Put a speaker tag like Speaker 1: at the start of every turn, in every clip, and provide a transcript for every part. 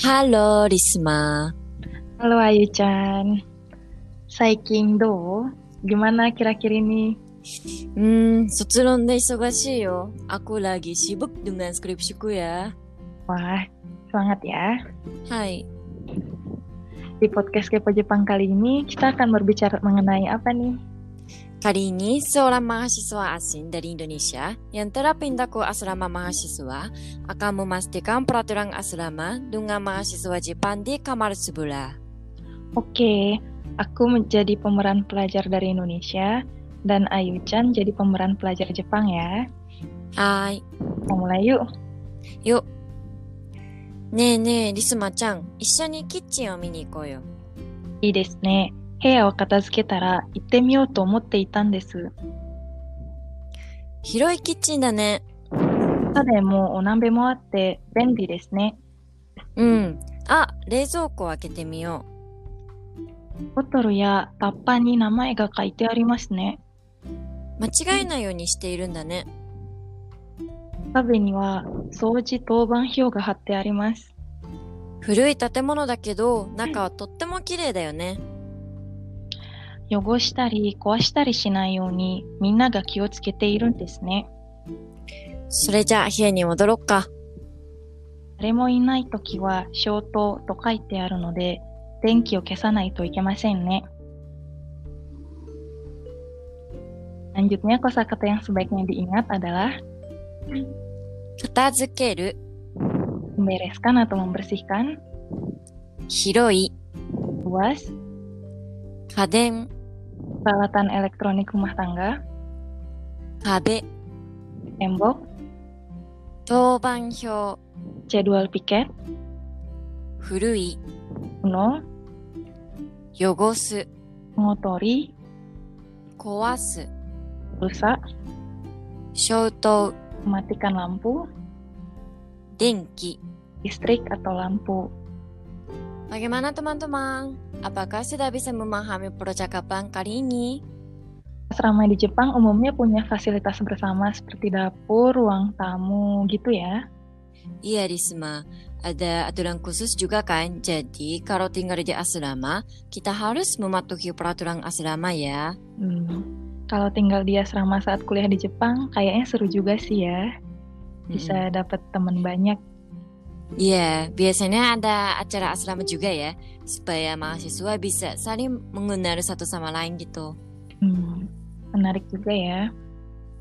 Speaker 1: Halo, Risma.
Speaker 2: Halo Ayu Chan.最近どう Gimana kira-kira ini?
Speaker 1: Hmm,卒論で忙しいよ。Aku lagi sibuk dengan skripsiku ya.
Speaker 2: Wah, semangat ya.
Speaker 1: Hai.
Speaker 2: Di podcast Kepo Jepang kali ini, kita akan berbicara mengenai apa nih?
Speaker 1: Kali ini, seorang mahasiswa asing dari Indonesia yang terpindah ke asrama mahasiswa akan memastikan peraturan asrama dengan mahasiswa Jepang di kamar sebelah.
Speaker 2: Oke, aku menjadi pemeran pelajar dari Indonesia dan Ayu Chan jadi pemeran pelajar Jepang ya.
Speaker 1: Hai.
Speaker 2: Kita mulai yuk.
Speaker 1: よ。ねえねえ、リスマちゃん、一緒にキッチンを見に行こうよ。
Speaker 2: いいですね。部屋を片付けたら行ってみようと思っていたんです。
Speaker 1: 広いキッチンだね。
Speaker 2: ただもうお鍋もあって便利ですね。
Speaker 1: うん。あ、冷蔵庫を開けてみよう。
Speaker 2: ボトルやタッパーに名前が書いてありますね。
Speaker 1: 間違えないようにしているんだね。
Speaker 2: 壁には掃除当番表が貼ってあります。
Speaker 1: 古い建物だけど、中はとっても綺麗だよね。
Speaker 2: 汚したり壊したりしないようにみんなが気をつけているんですね。
Speaker 1: それじゃあ、部屋に戻ろっか。
Speaker 2: 誰もいない時は消灯と書いてあるので電気を消さないといけませんね。Lanjutnya kosakata yang sebaiknya diingat adalah
Speaker 1: 片付ける、
Speaker 2: membereskan atau membersihkan,
Speaker 1: 広い、
Speaker 2: luas,
Speaker 1: 家電、
Speaker 2: peralatan elektronik rumah tangga,
Speaker 1: 壁、
Speaker 2: tembok,
Speaker 1: 当番表、
Speaker 2: jadwal piket,
Speaker 1: 古い、
Speaker 2: kuno,
Speaker 1: 汚す、
Speaker 2: mengotori,
Speaker 1: 壊す、
Speaker 2: rusak,
Speaker 1: 消灯、
Speaker 2: mematikan lampu,
Speaker 1: 電気、
Speaker 2: listrik atau lampu.
Speaker 1: Bagaimana teman-teman? Apakah sudah bisa memahami percakapan kali ini?
Speaker 2: Asrama di Jepang umumnya punya fasilitas bersama seperti dapur, ruang tamu gitu ya.
Speaker 1: Iya, Risma. Ada aturan khusus juga kan? Jadi, kalau tinggal di asrama, kita harus mematuhi peraturan asrama ya.
Speaker 2: Hmm. Kalau tinggal di asrama saat kuliah di Jepang, kayaknya seru juga sih ya.
Speaker 1: Mm-mm.
Speaker 2: Bisa dapat teman banyak.
Speaker 1: Iya, biasanya ada acara asrama juga ya, supaya mahasiswa bisa saling mengenal satu sama lain gitu.
Speaker 2: Hmm. Menarik juga ya.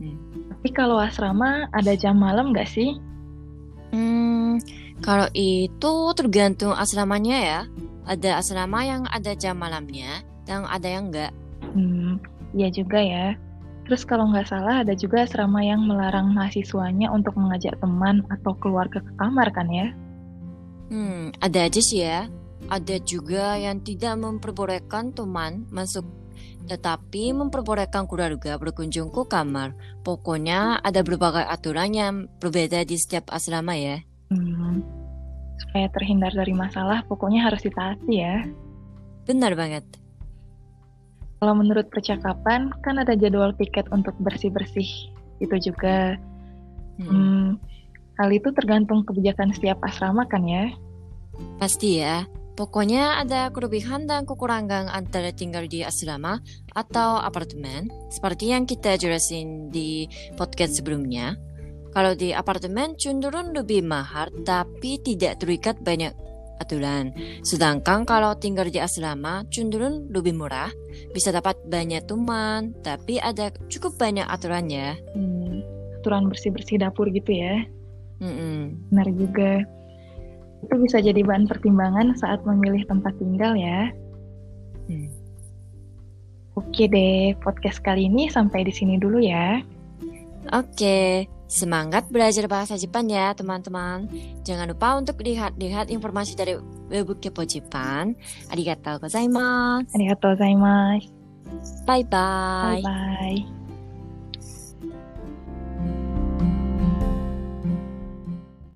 Speaker 1: Hmm.
Speaker 2: Tapi kalau asrama ada jam malam nggak sih?
Speaker 1: Hmm, kalau itu tergantung asramanya ya. Ada asrama yang ada jam malamnya, dan ada yang enggak.
Speaker 2: Hmm. Iya juga ya. Terus kalau nggak salah ada juga asrama yang melarang mahasiswanya untuk mengajak teman atau keluarga ke kamar kan ya?
Speaker 1: Hmm, ada aja sih ya. Ada juga yang tidak memperbolehkan teman masuk, tetapi memperbolehkan keluarga berkunjung ke kamar. Pokoknya ada berbagai aturan yang berbeda di setiap asrama ya.
Speaker 2: Hmm. Supaya terhindar dari masalah, pokoknya harus ditaati ya.
Speaker 1: Benar banget.
Speaker 2: Kalau menurut percakapan, kan ada jadwal piket untuk bersih-bersih. Itu juga.
Speaker 1: Hmm,
Speaker 2: Hmm, hal itu tergantung kebijakan setiap asrama kan ya.
Speaker 1: Pasti ya. Pokoknya ada kelebihan dan kekurangan antara tinggal di asrama atau apartemen, seperti yang kita jelasin di podcast sebelumnya. Kalau di apartemen cenderung lebih mahal tapi tidak terikat banyak aturan. Sedangkan kalau tinggal di asrama cenderung lebih murah, bisa dapat banyak teman, tapi ada cukup banyak aturannya.
Speaker 2: Hmm, aturan bersih-bersih dapur gitu ya.
Speaker 1: Mm-mm.
Speaker 2: Benar juga. Itu bisa jadi bahan pertimbangan saat memilih tempat tinggal ya.
Speaker 1: Hmm.
Speaker 2: Oke deh, podcast kali ini sampai di sini dulu ya.
Speaker 1: Oke, semangat belajar bahasa Jepang ya teman-teman. Jangan lupa untuk lihat-lihat informasi dari webbook Kepo Jepang. Arigatou gozaimasu.
Speaker 2: Arigatou gozaimasu.
Speaker 1: Bye-bye.
Speaker 2: Bye-bye.